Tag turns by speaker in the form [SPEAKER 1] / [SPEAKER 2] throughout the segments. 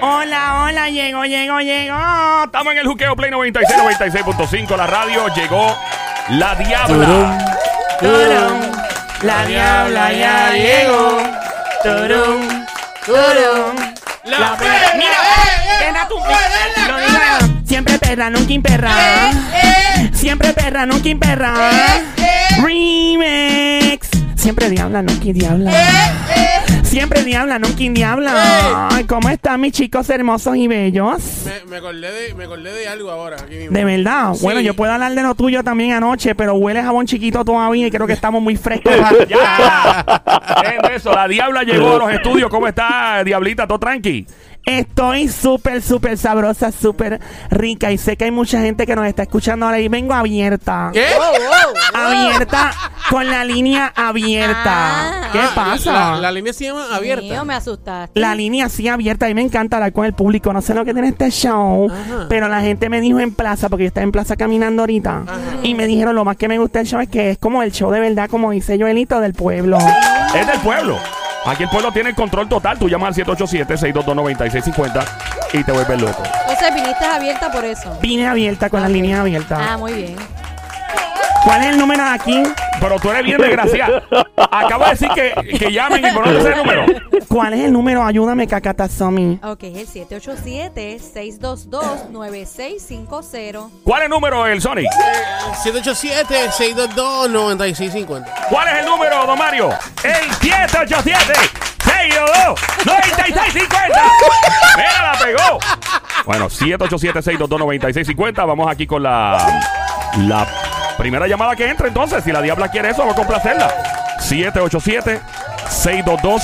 [SPEAKER 1] Hola, hola, llegó, llegó, llegó.
[SPEAKER 2] Estamos en el Juqueo Play 96, 96.5. La radio llegó la Diabla.
[SPEAKER 1] Turum, la diabla ya llegó. Turum, turum. La Eh, perra, mira, perra tu Lo digo, Siempre perra, nunca imperra. Siempre perra, nunca imperra. Eh. Remix. Siempre diabla, nunca diabla. Siempre diabla, nunca diabla. Ay, ¿cómo están mis chicos hermosos y bellos?
[SPEAKER 3] Me, me acordé de, me acordé de algo ahora. Aquí mismo.
[SPEAKER 1] De verdad.
[SPEAKER 3] Sí.
[SPEAKER 1] Bueno, yo puedo hablar de lo tuyo también anoche, pero huele jabón chiquito todavía y creo que estamos muy frescos. Ah, Ya.
[SPEAKER 2] Dejen de eso. La Diabla llegó a los estudios. ¿Cómo está, Diablita? ¿Todo tranqui?
[SPEAKER 1] Estoy súper, súper sabrosa, súper rica y sé que hay mucha gente que nos está escuchando ahora y vengo abierta.
[SPEAKER 3] ¿Qué?
[SPEAKER 1] Abierta con la línea abierta.
[SPEAKER 4] Ah.
[SPEAKER 1] ¿Qué
[SPEAKER 3] Ah,
[SPEAKER 1] pasa?
[SPEAKER 3] La, la línea se llama abierta.
[SPEAKER 4] Mío, me asustaste.
[SPEAKER 1] La línea así abierta, a mí me encanta hablar con el público. No sé lo que tiene este show,
[SPEAKER 3] Ajá.
[SPEAKER 1] pero la gente me dijo en plaza, porque yo estaba en plaza caminando ahorita, y me dijeron lo más que me gusta del show es que es como el show de verdad, como dice Joelito, del pueblo.
[SPEAKER 2] Es del pueblo. Aquí el pueblo tiene el control total. Tú llamas al 787-622-9650 y te vuelves loco.
[SPEAKER 4] Entonces viniste abierta por eso.
[SPEAKER 1] Vine abierta con las líneas abiertas.
[SPEAKER 4] Ah, muy bien.
[SPEAKER 1] ¿Cuál es el número de aquí?
[SPEAKER 2] Pero tú eres bien desgraciada. Acabo de decir que, que llamen y ponen ese número.
[SPEAKER 1] ¿Cuál es el número? Ayúdame, Kakatazomi.
[SPEAKER 4] Ok, es el 787-622-9650.
[SPEAKER 2] ¿Cuál es el número, el Sonic?
[SPEAKER 3] 787-622-9650.
[SPEAKER 2] ¿Cuál es el número, don Mario? El 787 622 9650 ¡Mira, la pegó! Bueno, 787 622 9650 Vamos aquí con la, la primera llamada que entra. Entonces, si la diabla quiere eso, vamos a complacerla. 787 622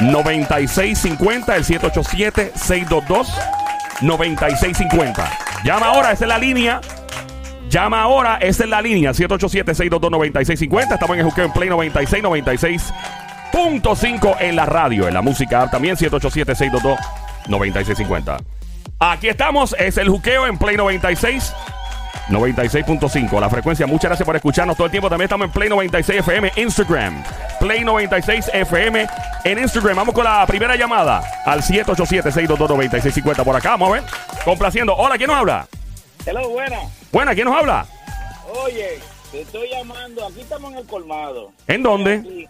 [SPEAKER 2] 9650 El 787 622 9650 Llama ahora, esa es la línea. Llama ahora, esa es la línea 787-622-9650. Estamos en el Juqueo en Play 96, 96.5 en la radio, en la música app también 787-622-9650. Aquí estamos, es el Juqueo en Play 96. 96.5, la frecuencia. Muchas gracias por escucharnos todo el tiempo. También estamos en Play 96 FM Instagram. Play 96 FM en Instagram. Vamos con la primera llamada al 787-622-9650 por acá. Vamos a ver. Complaciendo. Hola, ¿quién nos habla?
[SPEAKER 5] Hello, buena.
[SPEAKER 2] Buena, ¿quién nos habla?
[SPEAKER 5] Oye, te estoy llamando. Aquí estamos en el colmado.
[SPEAKER 2] ¿En dónde?
[SPEAKER 5] Aquí,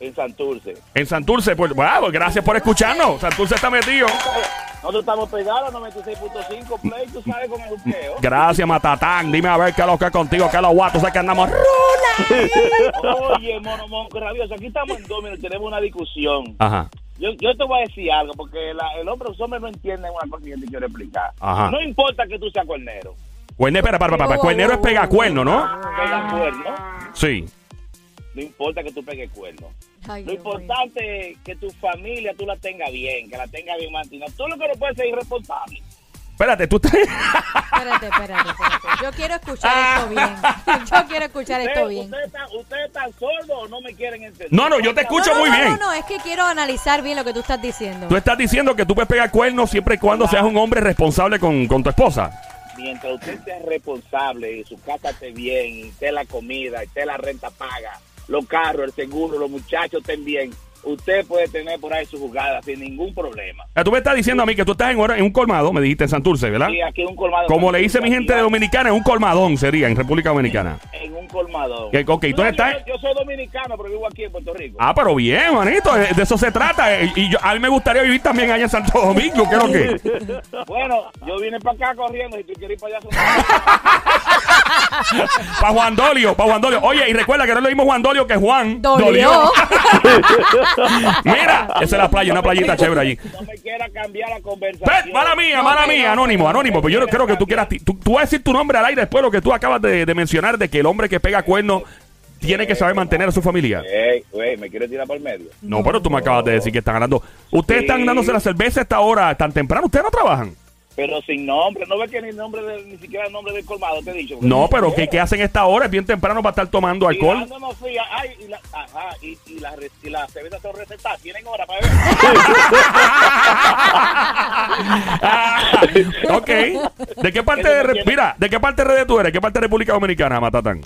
[SPEAKER 5] en Santurce.
[SPEAKER 2] En Santurce. Pues, bravo, gracias por escucharnos. Santurce está metido.
[SPEAKER 5] Nosotros estamos pegados a 96.5 Play, tú sabes, con el buqueo.
[SPEAKER 2] Gracias, Matatán. Dime a ver qué es lo que es contigo, qué es lo guato. Sé que andamos.
[SPEAKER 5] Oye, mono monco rabioso, aquí estamos en dos minutos, tenemos una discusión.
[SPEAKER 2] Ajá.
[SPEAKER 5] Yo, yo te voy a decir algo, porque la- el hombre, los hombres no entienden una cosa que yo te quiero explicar.
[SPEAKER 2] Ajá.
[SPEAKER 5] No importa que tú seas cuernero,
[SPEAKER 2] Cuernero, espera, para, para, para. Cuernero es pegacuerno, ¿no?
[SPEAKER 5] pegas cuerno,
[SPEAKER 2] Sí.
[SPEAKER 5] no importa que tú pegues cuerno.
[SPEAKER 4] Ay,
[SPEAKER 5] Lo
[SPEAKER 4] Dios mío.
[SPEAKER 5] importante es que tu familia tú la tengas bien, que la tengas bien mantenida. Tú lo que no puedes ser irresponsable.
[SPEAKER 2] Espérate, tú estás.
[SPEAKER 4] Espérate, espérate, espérate. Yo quiero
[SPEAKER 2] Ah.
[SPEAKER 4] escuchar esto bien. Yo quiero escuchar esto
[SPEAKER 5] Ustedes
[SPEAKER 4] bien.
[SPEAKER 5] usted están usted está sordos o no me quieren entender.
[SPEAKER 2] No, no, yo te escucho
[SPEAKER 4] No, no,
[SPEAKER 2] muy
[SPEAKER 4] no,
[SPEAKER 2] bien.
[SPEAKER 4] No, no, es que quiero analizar bien lo que tú estás diciendo.
[SPEAKER 2] Tú estás diciendo que tú puedes pegar cuernos siempre y cuando seas un hombre responsable con, con tu esposa.
[SPEAKER 5] Mientras usted sea responsable y su casa esté bien, y esté la comida, y esté la renta paga, los carros, el seguro, los muchachos estén bien, usted puede tener por ahí su jugada sin ningún problema.
[SPEAKER 2] O sea, tú me estás diciendo a mí que tú estás en, hora- en un colmado, me dijiste en Santurce, ¿verdad?
[SPEAKER 5] Y aquí en un colmado.
[SPEAKER 2] ¿Ah? Como le dice mi gente de Dominicana, en un colmadón sería, en República Dominicana.
[SPEAKER 5] En un colmado.
[SPEAKER 2] Que- ok, tú
[SPEAKER 5] No,
[SPEAKER 2] estás-
[SPEAKER 5] yo, yo soy dominicano, pero vivo aquí en Puerto Rico.
[SPEAKER 2] Ah, pero bien, manito, de de eso se trata. eh, Y yo, a mí me gustaría vivir también allá en Santo Domingo, ¿qué es lo que?
[SPEAKER 5] Bueno, yo vine para acá corriendo. Si tú quieres ir para allá, son-
[SPEAKER 2] Para Juan Dolio, para Juan Dolio. Oye, y recuerda que no es lo mismo Juan Dolio que Juan
[SPEAKER 4] Dolió.
[SPEAKER 2] Mira, esa es la playa, una playita chévere allí.
[SPEAKER 5] no me quiera cambiar la conversación.
[SPEAKER 2] Ven, mala mía, mala mía, anónimo, anónimo. Pero yo no creo que tú quieras. ti- Tú, tú vas a decir tu nombre al aire después de lo que tú acabas de, de mencionar de que el hombre que pega cuernos tiene que saber mantener a su familia.
[SPEAKER 5] Ey, güey, me quiero tirar por el medio.
[SPEAKER 2] No, pero tú me acabas de decir que están ganando. Ustedes
[SPEAKER 5] Sí.
[SPEAKER 2] están dándose la cerveza a esta hora tan temprano. Ustedes no trabajan.
[SPEAKER 5] Pero sin nombre, no ve que ni nombre de- ni siquiera el nombre del colmado te he dicho.
[SPEAKER 2] No, pero ¿qué, qué hacen a esta hora? Es bien temprano para estar tomando alcohol.
[SPEAKER 5] No, no, fría. Ay, y la, ajá, y, y las re- y las cervezas son recetadas. Tienen hora para beber.
[SPEAKER 2] Ah, ok. ¿De qué parte de, Re- mira, de qué parte de RD tú eres? ¿Qué parte de República Dominicana, Matatán?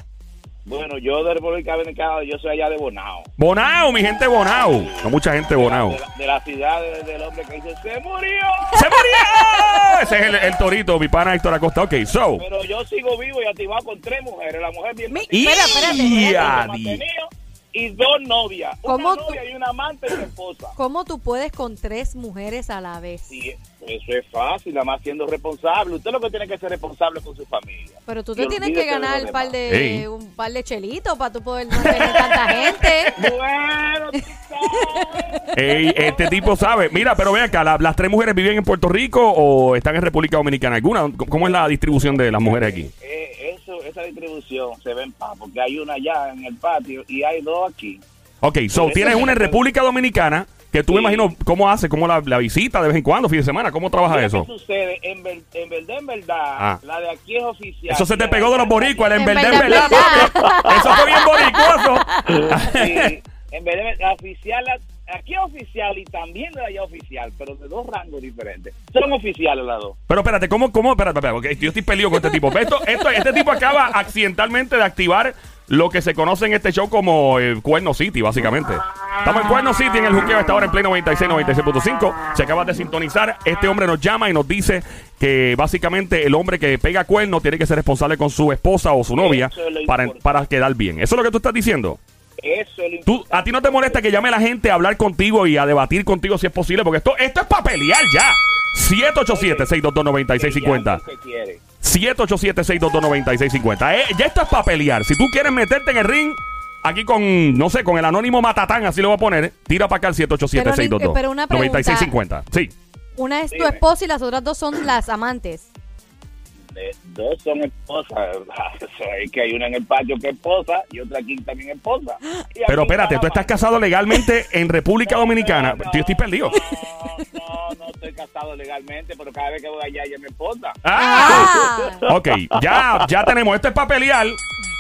[SPEAKER 5] Bueno, yo de República Dominicana, yo soy allá de Bonao.
[SPEAKER 2] Bonao, mi gente Bonao. No mucha gente Bonao.
[SPEAKER 5] De la, de la ciudad de- del hombre que dice, ¡se murió!
[SPEAKER 2] ¡Se murió! Ese es el, el torito, mi pana Héctor Acosta. Ok, so.
[SPEAKER 5] Pero yo sigo vivo y activado con tres mujeres. La mujer bien
[SPEAKER 4] Mi-
[SPEAKER 5] mantenida,
[SPEAKER 4] Espera, espérate, espérate.
[SPEAKER 2] Ya, di-
[SPEAKER 5] mantenido, y dos novias.
[SPEAKER 4] ¿Cómo
[SPEAKER 5] Una
[SPEAKER 4] tú-
[SPEAKER 5] novia y una amante y una esposa.
[SPEAKER 4] ¿Cómo tú puedes con tres mujeres a la vez?
[SPEAKER 5] Sí, eso es fácil, nada más siendo responsable. Usted lo que tiene que ser responsable con su familia.
[SPEAKER 4] Pero tú
[SPEAKER 5] Y
[SPEAKER 4] te tienes
[SPEAKER 5] olvídate
[SPEAKER 4] que
[SPEAKER 5] de
[SPEAKER 4] ganar
[SPEAKER 5] los
[SPEAKER 4] el par de,
[SPEAKER 2] Ey.
[SPEAKER 4] un par de chelitos para tú poder no tener tanta gente.
[SPEAKER 5] demás. Bueno, tú sabes.
[SPEAKER 2] Ey, este tipo sabe. Mira, pero ven acá, ¿la- ¿las tres mujeres viven en Puerto Rico o están en República Dominicana? ¿Alguna? ¿Cómo es la distribución de las mujeres aquí?
[SPEAKER 5] Eh, eso, esa distribución se ve en paz, porque hay una allá en el patio y hay dos aquí.
[SPEAKER 2] Ok, so tienes una en República Dominicana que tú me
[SPEAKER 5] Sí.
[SPEAKER 2] imagino cómo hace, cómo la, la visita de vez en cuando, fin de semana, cómo trabaja
[SPEAKER 5] Mira,
[SPEAKER 2] eso.
[SPEAKER 5] ¿Qué sucede? En, ver- en verdad, en verdad,
[SPEAKER 2] Ah.
[SPEAKER 5] la de aquí es oficial.
[SPEAKER 2] Eso se te
[SPEAKER 5] Mira,
[SPEAKER 2] pegó de los boricuas, el en
[SPEAKER 4] En
[SPEAKER 2] verdad, en verdad,
[SPEAKER 4] verdad,
[SPEAKER 2] papi. Eso fue bien boricuoso.
[SPEAKER 5] Sí, en verdad, la oficial, la- aquí es oficial y también de allá oficial, pero de dos rangos diferentes. Son oficiales las dos.
[SPEAKER 2] Pero espérate, ¿cómo, cómo? Espérate, espérate, porque yo estoy peleado con este tipo. Esto, esto, este tipo acaba accidentalmente de activar lo que se conoce en este show como eh, Cuerno City, básicamente. Estamos en Cuerno City, en el juqueo, está ahora en Play 96, 96.5. Se acaba de sintonizar. Este hombre nos llama y nos dice que básicamente el hombre que pega cuerno tiene que ser responsable con su esposa o su novia
[SPEAKER 5] Eso es lo
[SPEAKER 2] para,
[SPEAKER 5] importante.
[SPEAKER 2] para quedar bien. Eso es lo que tú estás diciendo.
[SPEAKER 5] Eso es lo
[SPEAKER 2] Tú, ¿A ti no te molesta que llame la gente a hablar contigo y a debatir contigo si es posible? Porque esto, esto es para pelear ya. 787-622-9650.
[SPEAKER 5] Que llame el que quiere.
[SPEAKER 2] 787-622-9650. Eh, ya esto es para pelear. Si tú quieres meterte en el ring, aquí con, no sé, con el anónimo Matatán, así lo voy a poner, eh, tira para acá al
[SPEAKER 4] Pero, pero una pregunta.
[SPEAKER 2] 787-622-9650. Sí.
[SPEAKER 4] Una es tu
[SPEAKER 5] Dime.
[SPEAKER 4] esposa y las otras dos son las amantes.
[SPEAKER 5] Eh, dos son esposas, ¿verdad? Eso es que hay una en el patio que es esposa y otra aquí también es esposa. Y aquí
[SPEAKER 2] Pero espérate,
[SPEAKER 5] está
[SPEAKER 2] tú estás
[SPEAKER 5] la
[SPEAKER 2] casado legalmente en República
[SPEAKER 5] madre.
[SPEAKER 2] Dominicana.
[SPEAKER 5] No,
[SPEAKER 2] Yo estoy perdido.
[SPEAKER 5] No, no, no estoy casado legalmente, pero cada vez que voy allá ella me esposa.
[SPEAKER 2] Ah.
[SPEAKER 4] Ah.
[SPEAKER 2] Ok, ya, ya tenemos. Esto es para pelear.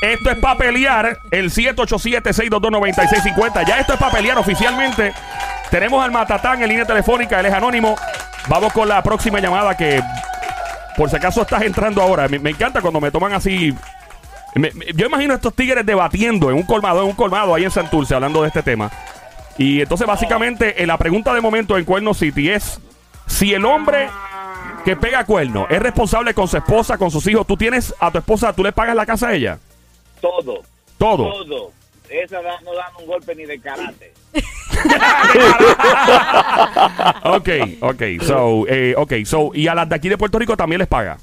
[SPEAKER 2] Esto es para pelear. El 787-622-9650. Ya esto es para pelear oficialmente. Tenemos al Matatán en línea telefónica. Él es anónimo. Vamos con la próxima llamada que, por si acaso, estás entrando ahora. Me, me encanta cuando me toman así. me- me- yo imagino estos tigres debatiendo en un colmado, en un colmado ahí en Santurce, hablando de este tema. Y entonces, básicamente, eh, la pregunta de momento en Cuerno City es: si el hombre que pega cuerno es responsable con su esposa, con sus hijos, tú tienes a tu esposa, tú le pagas la casa a ella.
[SPEAKER 5] Todo.
[SPEAKER 2] Todo.
[SPEAKER 5] Todo. Esa da- no dan un golpe ni de karate.
[SPEAKER 2] ok, ok, so, eh, ok, so, y a las de aquí de Puerto Rico también les paga.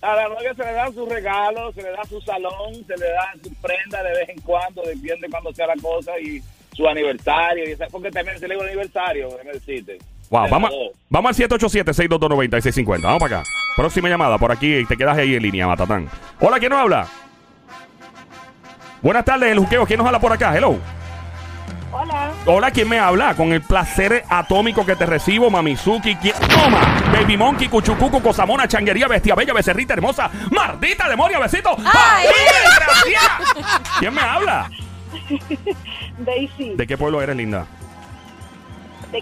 [SPEAKER 5] A la novia se le dan sus regalos, se le da su salón, se le dan su prenda de vez en cuando, depende cuando sea la cosa y su aniversario. Y esa, porque también celebra aniversario, déjame decirte.
[SPEAKER 2] Wow,
[SPEAKER 5] Pero
[SPEAKER 2] vamos,
[SPEAKER 5] dos.
[SPEAKER 2] vamos al 787-622-9650. Vamos para acá. Próxima llamada, por aquí, te quedas ahí en línea, Matatán. Hola, ¿quién nos habla? Buenas tardes, el juqueo, ¿quién nos habla por acá? Hello.
[SPEAKER 6] Hola,
[SPEAKER 2] Hola, ¿quién me habla? Con el placer atómico que te recibo, Mamizuki. ¿Quién? Toma, Baby Monkey, Cuchucucu, Cosamona, Changuería, Bestia Bella, Becerrita Hermosa, Mardita, Demonia, Besito.
[SPEAKER 4] ¡Ay!
[SPEAKER 2] ¡Desgraciada! ¿Quién me habla?
[SPEAKER 6] Daisy, de,
[SPEAKER 2] ¿De qué pueblo eres, linda?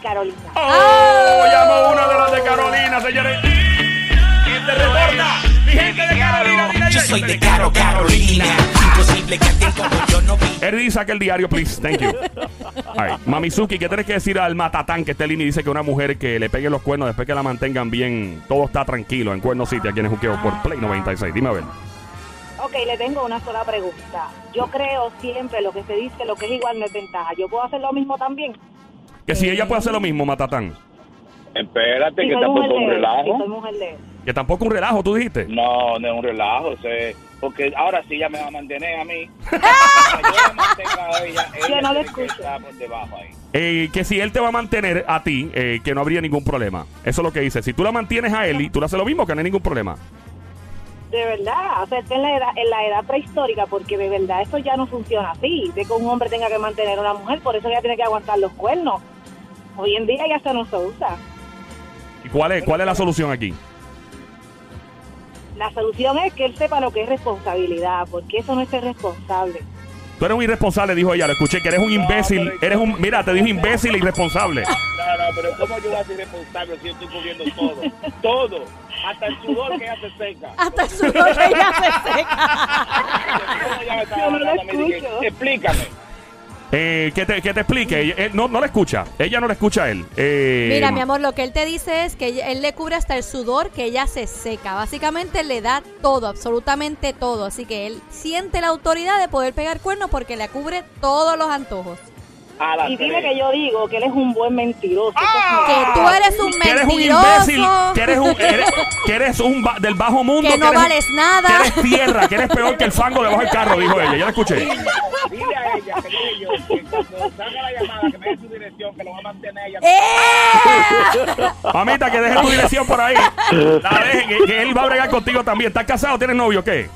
[SPEAKER 6] Carolina.
[SPEAKER 2] ¡Oh! Llamó una de las de Carolina, señores. ¿Quién te reporta? Mi gente de Carolina, dile
[SPEAKER 7] Yo
[SPEAKER 2] ahí.
[SPEAKER 7] soy de Caro Carolina. Imposible que alguien como yo no viva.
[SPEAKER 2] Erdi, saca el diario, please. Thank you. All right. Mamizuki, ¿qué tienes que decir al matatán que está en línea y dice que una mujer que le pegue los cuernos después que la mantengan bien, todo está tranquilo en Cuerno City, aquí en el Juqueo por Play 96? Dime a ver.
[SPEAKER 6] Ok, le tengo una sola pregunta. Yo creo siempre lo que se dice, lo que es igual no es ventaja. Yo puedo hacer lo mismo también.
[SPEAKER 2] Que si ella puede hacer lo mismo, matatán.
[SPEAKER 5] Espérate,
[SPEAKER 6] Si
[SPEAKER 5] que
[SPEAKER 6] soy
[SPEAKER 5] tampoco
[SPEAKER 6] mujer
[SPEAKER 5] es
[SPEAKER 6] de
[SPEAKER 5] un
[SPEAKER 6] él,
[SPEAKER 5] relajo.
[SPEAKER 6] si soy mujer de él.
[SPEAKER 2] Que tampoco un relajo, tú dijiste.
[SPEAKER 5] No, no es un relajo, o sea, porque ahora sí ya me va a mantener a mí. Cuando yo la mantenga a ella, ella
[SPEAKER 6] Yo no la
[SPEAKER 5] tiene que
[SPEAKER 6] escucho.
[SPEAKER 5] estar por debajo ahí.
[SPEAKER 2] Eh, que si él te va a mantener a ti, eh, que no habría ningún problema. Eso es lo que dice. Si tú la mantienes a él y tú le haces lo mismo, que no hay ningún problema.
[SPEAKER 6] De verdad, hacerte en la, edad, en la edad prehistórica, porque de verdad eso ya no funciona así, de que un hombre tenga que mantener a una mujer, por eso ella tiene que aguantar los cuernos. Hoy en día ya eso no se usa.
[SPEAKER 2] ¿Y cuál es, cuál es la solución aquí?
[SPEAKER 6] La solución es que él sepa lo que es responsabilidad, porque eso no es ser responsable.
[SPEAKER 2] Tú eres un irresponsable, dijo ella. Lo escuché que eres un imbécil.
[SPEAKER 5] pero-
[SPEAKER 2] Eres un. Mira, te dije imbécil e irresponsable.
[SPEAKER 5] No, no, pero ¿cómo yo voy a ser responsable si yo estoy cubriendo todo? Todo. Hasta el sudor que ella se seca.
[SPEAKER 4] Hasta el sudor que ya se seca.
[SPEAKER 5] ¿Cómo ella me está
[SPEAKER 6] Yo no lo
[SPEAKER 5] hablando a mí de que-
[SPEAKER 6] escucho.
[SPEAKER 5] Explícame.
[SPEAKER 2] Eh, que, te, que te explique. Ella- él no, no la escucha. Ella no la escucha a él. Eh,
[SPEAKER 4] Mira, mi amor, lo que él te dice es que ella- él le cubre hasta el sudor que ella se seca. Básicamente le da todo, absolutamente todo. Así que él siente la autoridad de poder pegar cuernos porque le cubre todos los antojos.
[SPEAKER 5] A las
[SPEAKER 6] Y dime
[SPEAKER 5] tres.
[SPEAKER 6] que yo digo que él es un buen mentiroso. Eso es mentira.
[SPEAKER 4] Que tú eres un
[SPEAKER 2] Que eres un
[SPEAKER 4] mentiroso.
[SPEAKER 2] imbécil. Que eres un. eres- que eres un ba- del bajo mundo.
[SPEAKER 4] Que no
[SPEAKER 2] eres-
[SPEAKER 4] vales nada.
[SPEAKER 2] Que eres tierra. Que eres peor que el fango debajo del carro, dijo ella. Ya la escuché.
[SPEAKER 5] Dile a ella que dile yo que cuando salga la llamada que me dé su dirección, que lo va a mantener ella.
[SPEAKER 4] ¡Eh!
[SPEAKER 2] Mamita, que dejes tu dirección por ahí. La dejen, que, que él va a bregar contigo también. ¿Estás casado? ¿Tienes novio o qué?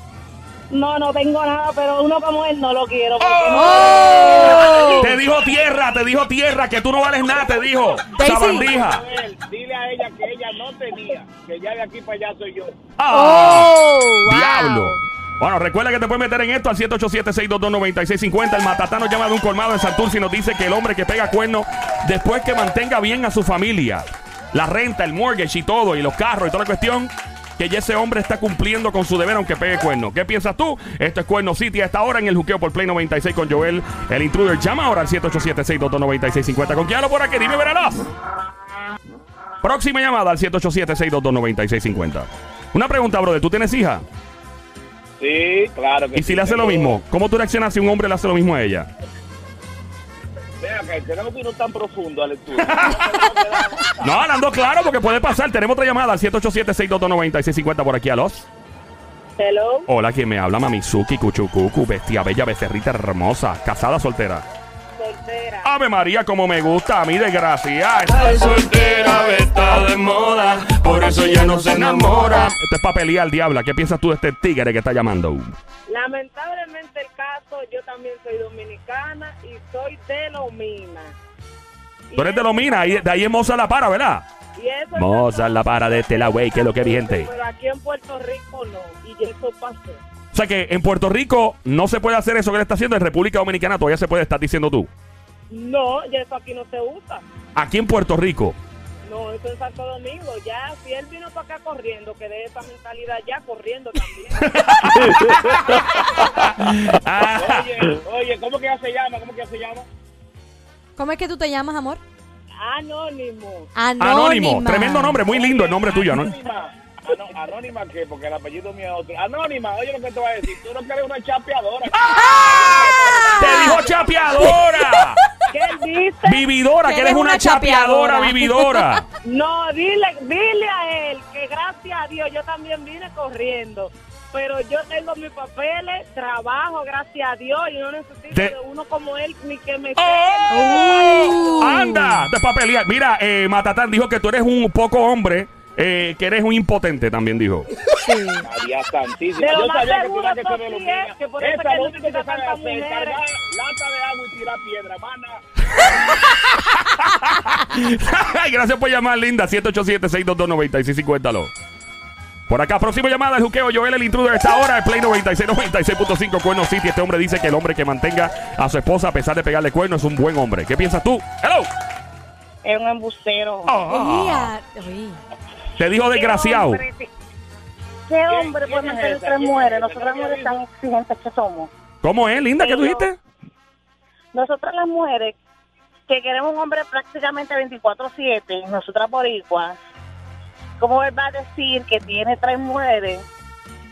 [SPEAKER 6] No, no tengo nada, pero uno como él no lo quiero. Porque
[SPEAKER 4] Oh.
[SPEAKER 2] Te dijo tierra, te dijo tierra, que tú no vales nada, te dijo.
[SPEAKER 4] Daisy.
[SPEAKER 2] Sabandija.
[SPEAKER 5] Él, Dile a ella que ella no tenía, que ya de aquí para allá soy yo.
[SPEAKER 2] ¡Ah!
[SPEAKER 4] ¡Oh! wow.
[SPEAKER 2] ¡Diablo! Bueno, recuerda que te puedes meter en esto al 787-622-9650. El matatano llama de un colmado en Santurce y nos dice que el hombre que pega cuernos después que mantenga bien a su familia, la renta, el mortgage y todo, y los carros y toda la cuestión, que ya ese hombre está cumpliendo con su deber aunque pegue cuernos. ¿Qué piensas tú? Esto es Cuerno City a esta hora en el juqueo por Play 96 con Joel, el intruder. Llama ahora al 787-622-9650. ¿Con quién hablo por aquí? Dime, verás. Próxima llamada al 787-622-9650. Una pregunta, brother. ¿Tú tienes hija?
[SPEAKER 5] Sí, claro que
[SPEAKER 2] Y si le hace lo mismo, ¿cómo tú reaccionas si un hombre le hace lo mismo a ella?
[SPEAKER 5] Vea que tenemos que irnos tan profundo al estudio.
[SPEAKER 2] No, hablando claro, porque puede pasar. Tenemos otra llamada al 787-622-9650 por aquí a los.
[SPEAKER 6] Hello.
[SPEAKER 2] Hola, ¿quién me habla? Mamizuki, Cuchucucu, bestia bella, becerrita hermosa, casada, soltera.
[SPEAKER 6] Soltera.
[SPEAKER 2] Ave María, como me gusta, a mí desgracia. Está soltera, está de moda, por eso ya no se enamora. Esto es para pelear, diabla. ¿Qué piensas tú de este tigre que está llamando?
[SPEAKER 6] Lamentablemente el caso, yo también soy dominicana y soy de Lomina.
[SPEAKER 2] Tú eres de Lomina, y de ahí es Moza la para, ¿verdad?
[SPEAKER 6] Y eso es
[SPEAKER 2] Moza la para de este la wey, que es lo que es mi gente.
[SPEAKER 6] Pero aquí en Puerto Rico no, y eso pasó.
[SPEAKER 2] O sea que en Puerto Rico no se puede hacer eso que le está haciendo, en República Dominicana todavía se puede estar diciendo tú.
[SPEAKER 6] No, y eso aquí no se usa.
[SPEAKER 2] Aquí en Puerto Rico.
[SPEAKER 6] No, eso es Santo Domingo. Ya, si él vino para acá corriendo, que de esa mentalidad ya corriendo también.
[SPEAKER 2] Ah,
[SPEAKER 5] Oye, oye, ¿cómo que ella se llama? ¿Cómo que ella se llama?
[SPEAKER 4] ¿Cómo es que tú te llamas, amor?
[SPEAKER 6] Anónimo.
[SPEAKER 2] Anónimo.
[SPEAKER 4] Anónima.
[SPEAKER 2] Tremendo nombre, muy lindo el nombre tuyo, ¿no?
[SPEAKER 5] Anónima. Ano- Anónima, ¿qué? Porque el apellido mío es otro. Anónima, oye lo que te voy a decir. Tú no que eres una chapeadora.
[SPEAKER 2] Te dijo chapeadora.
[SPEAKER 6] ¿Qué él dice?
[SPEAKER 2] Vividora, que eres una chapeadora, vividora.
[SPEAKER 6] No, dile, dile a él que gracias a Dios yo también vine corriendo. Pero yo tengo mis papeles, trabajo, gracias a Dios, y no necesito
[SPEAKER 2] Te-
[SPEAKER 6] de, uno como él ni que me...
[SPEAKER 2] ¡Oh! Anda, te para pelear. Mira, eh, Matatán dijo que tú eres un poco hombre, eh, que eres un impotente, también dijo.
[SPEAKER 4] Sí.
[SPEAKER 5] María Santísima.
[SPEAKER 6] Pero
[SPEAKER 5] Yo
[SPEAKER 6] más
[SPEAKER 5] sabía que tú
[SPEAKER 6] seguro
[SPEAKER 5] eras que
[SPEAKER 6] eso
[SPEAKER 5] se
[SPEAKER 6] sí
[SPEAKER 5] ilumina.
[SPEAKER 6] es, que por eso
[SPEAKER 5] Esa
[SPEAKER 6] que
[SPEAKER 5] es lo
[SPEAKER 6] no
[SPEAKER 5] único que
[SPEAKER 6] necesita
[SPEAKER 5] sabe
[SPEAKER 6] tantas
[SPEAKER 5] hacer.
[SPEAKER 6] mujeres.
[SPEAKER 5] Cargar lata de agua y tirar piedra, mana.
[SPEAKER 2] Ay, Gracias por llamar, linda. 787-622-9650. lo. Por acá, próxima llamada, el juqueo Joel, el intruder a esta hora, el Play 96, 96.5, Cuerno City. Este hombre dice que el hombre que mantenga a su esposa a pesar de pegarle cuerno es un buen hombre. ¿Qué piensas tú? ¡Hello!
[SPEAKER 6] Es Oh, un embustero.
[SPEAKER 5] Oh.
[SPEAKER 2] Ah,
[SPEAKER 4] Ella- uy.
[SPEAKER 2] te dijo desgraciado.
[SPEAKER 6] ¿Qué pues,
[SPEAKER 5] hombre puede mantener tres mujeres? Nosotras mujeres tan
[SPEAKER 6] exigentes que somos.
[SPEAKER 2] ¿Cómo es, linda? ¿Qué tú
[SPEAKER 6] Pero-
[SPEAKER 2] dijiste?
[SPEAKER 6] Nosotras las mujeres que queremos un hombre prácticamente 24/7, nosotras boricuas, ¿cómo él va a decir que tiene tres mujeres?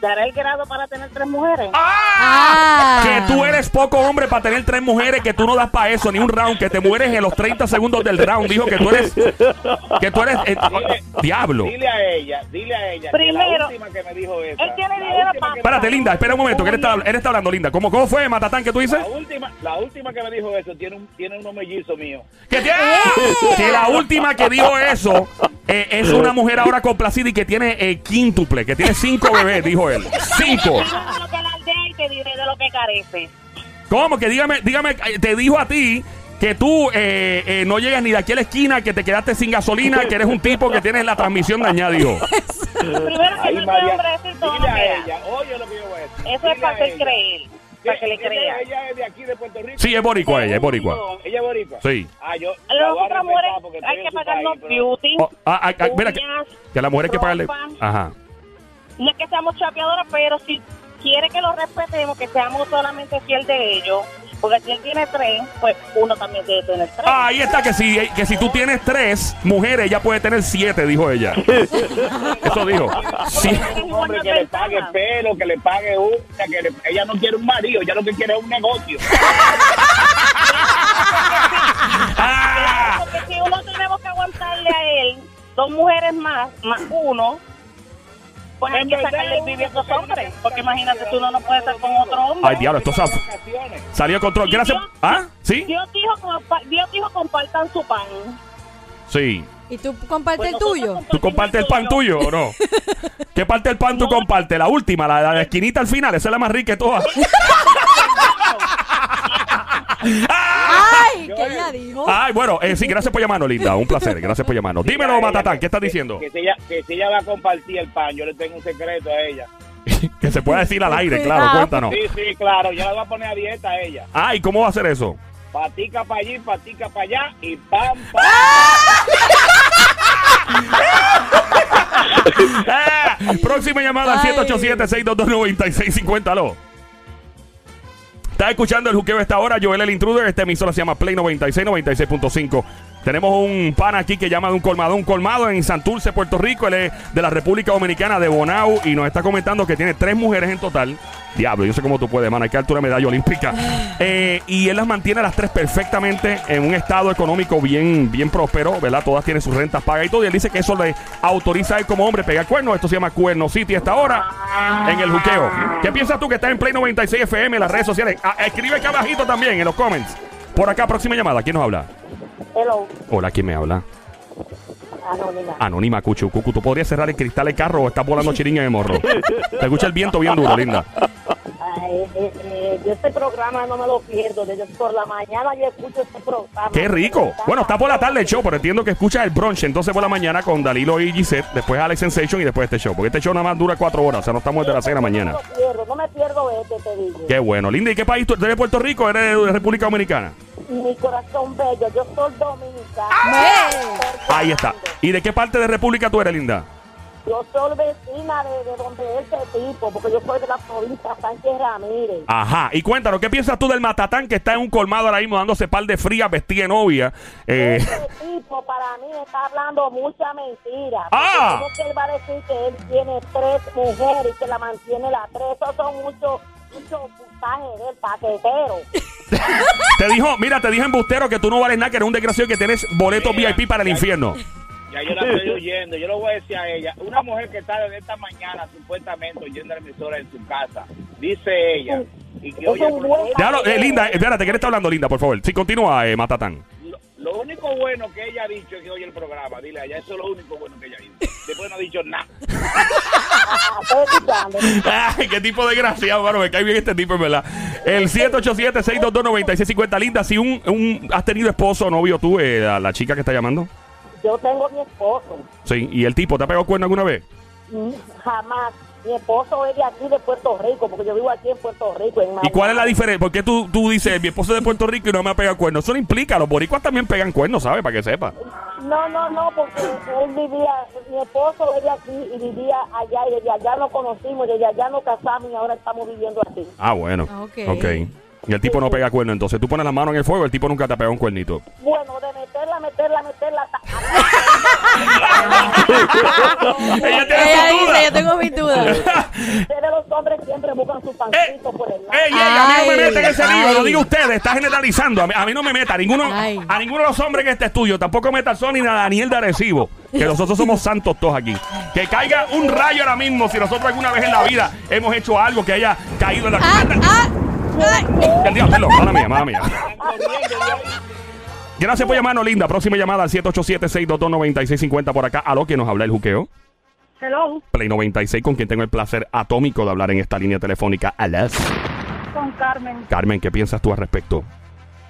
[SPEAKER 6] ¿Dará el grado para tener tres mujeres?
[SPEAKER 4] Ah.
[SPEAKER 2] Que tú eres poco hombre para tener tres mujeres, que tú no das para eso, ni un round, que te mueres en los 30 segundos del round. Dijo que tú eres. Que tú eres. eh, diablo.
[SPEAKER 5] Dile a ella, dile a ella. que la
[SPEAKER 6] Primero,
[SPEAKER 5] última que me dijo esa.
[SPEAKER 6] él tiene
[SPEAKER 5] la
[SPEAKER 6] dinero
[SPEAKER 5] última
[SPEAKER 6] para-
[SPEAKER 5] que-
[SPEAKER 2] Espérate, linda, espera un momento, que él está, él está hablando, linda. ¿Cómo, cómo fue, Matatán, que tú dices?
[SPEAKER 5] La última, la última que me dijo eso tiene un, tiene unos mellizos míos.
[SPEAKER 2] Que, tiene- que la última que dijo eso eh, es una mujer ahora complacida y que tiene eh, quíntuple, que tiene cinco bebés, dijo él. Cinco.
[SPEAKER 5] pues.
[SPEAKER 6] de lo que alardea y te diré de lo que carece.
[SPEAKER 2] ¿Cómo? Que dígame, dígame, eh, te dijo a ti que tú eh, eh, no llegas ni de aquí a la esquina, que te quedaste sin gasolina, que eres un tipo que tienes la transmisión dañada, dijo.
[SPEAKER 6] Primero que
[SPEAKER 5] Ay,
[SPEAKER 6] no es
[SPEAKER 5] María,
[SPEAKER 6] hombre decir todo lo
[SPEAKER 5] dile
[SPEAKER 6] que
[SPEAKER 5] a
[SPEAKER 6] hace.
[SPEAKER 5] ella, oye lo que yo voy a decir.
[SPEAKER 6] Eso es
[SPEAKER 5] Dile a
[SPEAKER 6] para hacer
[SPEAKER 5] ella.
[SPEAKER 6] creer. para que le crea.
[SPEAKER 5] Ella es de aquí, de Puerto Rico.
[SPEAKER 2] Sí, es boricua ella, es boricua.
[SPEAKER 5] Ella es boricua.
[SPEAKER 2] Sí.
[SPEAKER 5] Ah, yo. la
[SPEAKER 6] Las
[SPEAKER 5] voy a
[SPEAKER 6] otras
[SPEAKER 5] respetar
[SPEAKER 6] mujeres
[SPEAKER 5] porque estoy
[SPEAKER 6] hay
[SPEAKER 5] en
[SPEAKER 6] que
[SPEAKER 5] su
[SPEAKER 6] pagar
[SPEAKER 5] país,
[SPEAKER 6] los
[SPEAKER 5] pero-
[SPEAKER 6] beauty.
[SPEAKER 2] Oh, ah, ah, ah, mira que,
[SPEAKER 6] uñas,
[SPEAKER 2] que a la mujer hay que pagarle.
[SPEAKER 6] ropa.
[SPEAKER 2] Ajá.
[SPEAKER 6] No es que seamos chapeadoras, pero si quiere que lo respetemos, que seamos solamente fiel de ellos, porque si él tiene tres, pues uno también debe tener tres.
[SPEAKER 2] Ahí está, que si, que si tú tienes tres mujeres, ella puede tener siete, dijo ella. Eso dijo. Sí.
[SPEAKER 6] Es
[SPEAKER 5] Un hombre
[SPEAKER 6] buena
[SPEAKER 5] que le
[SPEAKER 6] persona.
[SPEAKER 5] pague pelo, que le pague uña, que le- ella no quiere un marido, ella lo que quiere es un negocio.
[SPEAKER 2] Ah,
[SPEAKER 6] Porque si uno tenemos que aguantarle a él, dos mujeres más, más uno, pues hay que sacarle el vivir a dos hombres. Porque imagínate, tú no, no puedes estar con otro hombre.
[SPEAKER 2] Ay, diablo, esto sa-
[SPEAKER 5] Vacaciones.
[SPEAKER 2] salió de control. ¿Quién hace? ¿Ah? ¿Sí?
[SPEAKER 6] Dios dijo, compa- Dios dijo compartan su pan.
[SPEAKER 2] Sí.
[SPEAKER 4] ¿Y tú compartes el tuyo?
[SPEAKER 2] ¿Tú compartes el pan tuyo o no? ¿Qué parte del pan tú compartes? La última, la, la de la esquinita al final. Esa es la más rica de todas.
[SPEAKER 4] ¡Ay! ¿Qué ella dijo?
[SPEAKER 2] Ay, bueno, eh, sí, gracias por llamarnos, linda. Un placer, gracias por llamarnos. Dímelo, Matatán, ¿qué estás diciendo?
[SPEAKER 5] Que, si ella, que si ella va a compartir el pan, yo le tengo un secreto a ella.
[SPEAKER 2] Que se pueda decir al aire, claro,
[SPEAKER 4] Cuidado.
[SPEAKER 2] cuéntanos.
[SPEAKER 5] Sí, sí, claro, yo la voy a poner a dieta a ella.
[SPEAKER 2] Ay, ¿cómo va a hacer eso?
[SPEAKER 5] Patica para allí, patica para allá y pam, pam.
[SPEAKER 2] Ah, próxima llamada
[SPEAKER 4] Ay.
[SPEAKER 2] 787-622-9650. Aló. Estás escuchando el juqueo a esta hora. Joel el intruder. Esta emisora se llama Play 96, 96.5. Tenemos un pana aquí que llama de un colmado. Un colmado en Santurce, Puerto Rico. Él es de la República Dominicana, de Bonao. Y nos está comentando que tiene tres mujeres en total. Diablo, yo sé cómo tú puedes, mano. Hay que darte una medalla olímpica. Eh, y él las mantiene a las tres perfectamente en un estado económico bien, bien próspero, ¿verdad? Todas tienen sus rentas pagas y todo. Y él dice que eso le autoriza a él como hombre pegar cuernos. Esto se llama Cuerno City hasta ahora en el juqueo. ¿Qué piensas tú que estás en Play 96 FM, en las redes sociales? Ah, escribe acá abajito también en los comments. Por acá, próxima llamada. ¿Quién nos habla?
[SPEAKER 6] Hello,
[SPEAKER 2] Hola, ¿quién me habla?
[SPEAKER 6] anónima.
[SPEAKER 2] Anónima Cuchu. Cucu, ¿tú podrías cerrar el cristal del carro o estás volando chiringa en el morro? Te escucha el viento bien duro, linda.
[SPEAKER 6] Ay, eh, eh, yo este programa no me lo pierdo. Desde por la mañana yo escucho este programa.
[SPEAKER 2] ¡Qué rico! Bueno, está por la tarde el show, pero entiendo que escuchas el brunch. Entonces por la mañana con Dalilo y Gisette, después Alex Sensation y después este show. Porque este show nada más dura cuatro horas, o sea, no estamos de la cena mañana.
[SPEAKER 6] No me lo pierdo, no me pierdo este, te digo.
[SPEAKER 2] Qué bueno. Linda, ¿y qué país tú eres de Puerto Rico? o ¿Eres de República Dominicana?
[SPEAKER 6] Mi corazón bello, yo soy dominicana.
[SPEAKER 4] ¡Ve!
[SPEAKER 2] ¡Ah! Ahí está. ¿Y de qué parte de República tú eres, linda?
[SPEAKER 6] Yo soy vecina de, de donde es este tipo, porque yo soy de la provincia Sánchez Ramírez.
[SPEAKER 2] Ajá, y cuéntanos, ¿qué piensas tú del matatán que está en un colmado ahora mismo dándose par de frías, vestida de novia? Eh,
[SPEAKER 6] Este tipo para mí está hablando mucha mentira.
[SPEAKER 2] Ah.
[SPEAKER 6] Porque ¿Cómo que él va a decir que él tiene tres mujeres y que la mantiene la tres? Esos son muchos muchos puntajes del paquetero.
[SPEAKER 2] te dijo, mira, te dijo embustero que tú no vales nada, que eres un desgraciado y que tienes boletos
[SPEAKER 5] Mira,
[SPEAKER 2] VIP para el
[SPEAKER 5] ya-
[SPEAKER 2] infierno.
[SPEAKER 5] Ya yo la estoy oyendo, yo lo voy a decir a ella. Una mujer que está desde esta mañana supuestamente oyendo la emisora en su casa, dice ella, y que
[SPEAKER 6] Es
[SPEAKER 5] oye,
[SPEAKER 6] un buen
[SPEAKER 2] Déjalo, eh, linda, eh, espérate, ¿qué le está hablando, linda, por favor? Sí, continúa, eh, matatán.
[SPEAKER 5] lo, lo único bueno que ella ha dicho es que oye el programa. Dile a ella, eso es lo único bueno que ella ha dicho. Después no ha dicho nada.
[SPEAKER 6] Ah, Estoy escuchando.
[SPEAKER 2] Ay, qué tipo de gracia, mano. Me cae bien este tipo, en verdad. El 787-622-9650. Linda, si un, un- has tenido esposo o novio tú, eh, la, la chica que está llamando.
[SPEAKER 6] Yo tengo mi esposo.
[SPEAKER 2] Sí, y el tipo, ¿te ha pegado cuerno alguna vez?
[SPEAKER 6] Mm, Jamás. Mi esposo es de aquí, de Puerto Rico, porque yo vivo aquí en Puerto Rico. En
[SPEAKER 2] ¿Y cuál es la
[SPEAKER 6] Miami.
[SPEAKER 2] diferencia? ¿Por qué tú, tú dices, mi esposo es de Puerto Rico y no me ha pegado cuernos? Eso no implica, los boricuas también pegan cuernos, ¿sabes? Para que sepa.
[SPEAKER 6] No, no, no, porque él vivía, mi esposo vivía aquí y vivía allá, y desde allá nos conocimos, desde allá nos casamos y ahora estamos viviendo aquí.
[SPEAKER 2] Ah, bueno.
[SPEAKER 4] Ah, ok.
[SPEAKER 2] Ok. Y el tipo no pega cuerno, entonces tú pones la mano en el fuego, el tipo nunca te ha pegado un cuernito.
[SPEAKER 6] Bueno, de meterla, meterla, meterla. ta-
[SPEAKER 2] Ella tiene
[SPEAKER 4] Ella
[SPEAKER 2] su duda.
[SPEAKER 4] dice, yo tengo mis dudas.
[SPEAKER 6] Ustedes los hombres siempre buscan su pancito por el lado.
[SPEAKER 2] Ey, ey, a mí no me
[SPEAKER 4] Ay,
[SPEAKER 2] meta en ese lío,
[SPEAKER 4] ay.
[SPEAKER 2] lo digo ustedes, está generalizando. A mí, a mí no me meta, a ninguno,
[SPEAKER 4] Ay.
[SPEAKER 2] a ninguno de los hombres en este estudio, tampoco meta al Sony ni a Daniel de Arecibo, que nosotros somos santos todos aquí. Que caiga un rayo ahora mismo, si nosotros alguna vez en la vida hemos hecho algo que haya caído en la.
[SPEAKER 4] ¡Ah! ¡Ah! ¡Ah!
[SPEAKER 2] Ya, Dios, perdón, mala mía, mala mía. Gracias por llamarnos, linda. Próxima llamada al 787-622-9650 por acá. A lo que nos habla el juqueo.
[SPEAKER 6] Hello,
[SPEAKER 2] Play 96, con quien tengo el placer atómico de hablar en esta línea telefónica. Alas.
[SPEAKER 6] con Carmen.
[SPEAKER 2] Carmen, ¿qué piensas tú al respecto?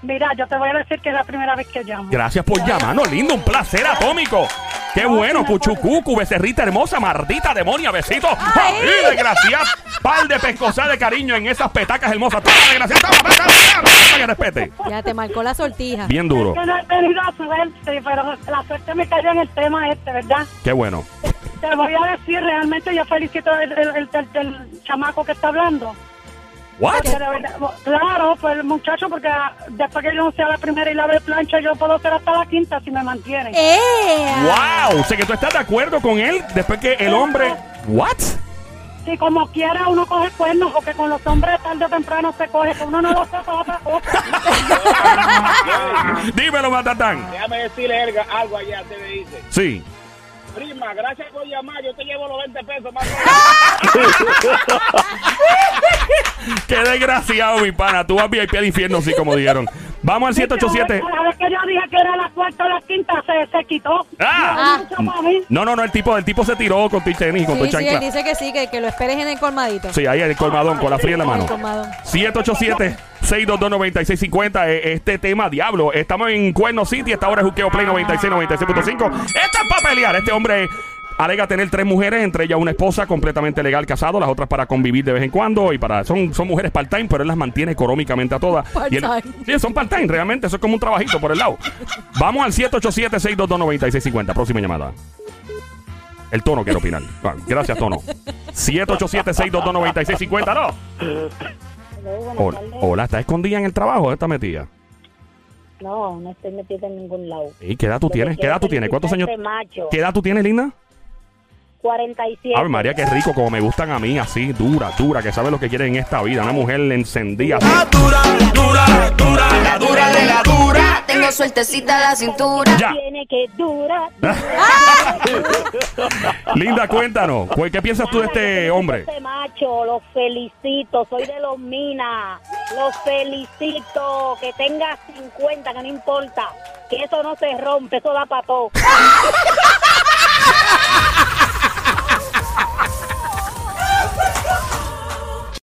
[SPEAKER 6] Mira, yo te voy a decir que es la primera vez que llamo.
[SPEAKER 2] Gracias por llamarnos, lindo. Un placer atómico. Qué bueno, cuchucucu, becerrita hermosa, mardita demonia, besito. Ah,
[SPEAKER 4] Ay.
[SPEAKER 2] ¡Ay, desgraciada! Par de pescosas de cariño en esas petacas hermosas. ¡Toma, desgraciada! ¡Toma, toma, toma, toma, que respete!
[SPEAKER 4] Ya te marcó la sortija.
[SPEAKER 2] Bien duro.
[SPEAKER 6] Yo no he tenido suerte, pero la suerte me cayó en el tema este, ¿verdad?
[SPEAKER 2] Qué bueno.
[SPEAKER 6] Te voy a decir, realmente yo felicito el, el, el- el- el chamaco que está hablando.
[SPEAKER 2] ¿What?
[SPEAKER 6] Porque de verdad, claro, pues el muchacho, porque después que yo sea la primera y la de plancha, yo puedo ser hasta la quinta si me mantienen.
[SPEAKER 4] ¡Eh! ¡Ea!
[SPEAKER 2] ¡Wow! O sea que tú estás de acuerdo con él después que el hombre. ¿What?
[SPEAKER 6] Si como quiera uno coge cuernos, porque con los hombres tarde o temprano se coge, que uno no lo sepa otra cosa.
[SPEAKER 2] Dímelo, Matatán.
[SPEAKER 5] Déjame decirle Helga, algo allá, te le dice.
[SPEAKER 2] Sí.
[SPEAKER 5] Prima, gracias por llamar, yo te llevo los 20 pesos más.
[SPEAKER 2] Qué desgraciado, mi pana. Tú vas VIP al infierno, así como dijeron. Vamos al 787.
[SPEAKER 6] Cada vez que yo dije que era la cuarta o la quinta, se, se quitó.
[SPEAKER 2] Ah.
[SPEAKER 6] Mucho para mí.
[SPEAKER 2] No, no, no. El tipo, el tipo se tiró con tu tenis, con tu
[SPEAKER 4] Sí, sí, él
[SPEAKER 2] pues, chancla.
[SPEAKER 4] dice que sí, que, que lo esperes en el colmadito.
[SPEAKER 2] Sí, ahí el colmadón con la fría en la
[SPEAKER 4] En
[SPEAKER 2] mano.
[SPEAKER 4] el colmadón.
[SPEAKER 2] 787-622-9650. Eh, Este tema, diablo. Estamos en Cuerno City. Esta hora es Juqueo Play 96, 96.5. Esta es para pelear. Este hombre alega tener tres mujeres, entre ellas una esposa completamente legal, casado, las otras para convivir de vez en cuando. y para Son, son mujeres part-time, pero él las mantiene económicamente a todas. Y él-
[SPEAKER 4] Part-time.
[SPEAKER 2] sí, son part-time, realmente. Eso es como un trabajito por el lado. Vamos al 787-622-9650. Próxima llamada. El tono quiero opinar. Ah, Gracias, tono. 787-622-9650. No. Hola, hola, ¿estás escondida en el trabajo? ¿Está metida?
[SPEAKER 8] No, no estoy metida en ningún lado.
[SPEAKER 2] ¿Y qué edad tú tienes? ¿Qué edad tú tienes? ¿Cuántos años?
[SPEAKER 8] Este macho,
[SPEAKER 2] ¿Qué edad tú tienes, linda?
[SPEAKER 8] 47.
[SPEAKER 2] Ave María, qué rico, como me gustan a mí, así, dura, dura, que sabe lo que quiere en esta vida. Una mujer encendida, así.
[SPEAKER 9] La Ah, dura de la dura. Tengo sueltecita la cintura.
[SPEAKER 2] Ya.
[SPEAKER 8] Tiene que dura.
[SPEAKER 2] Linda, cuéntanos, cu- ¿qué piensas tú de este hombre?
[SPEAKER 8] Este macho, los felicito. Soy de los minas. Los felicito. Que tenga 50, que no importa. Que eso no se rompe, eso da para todo.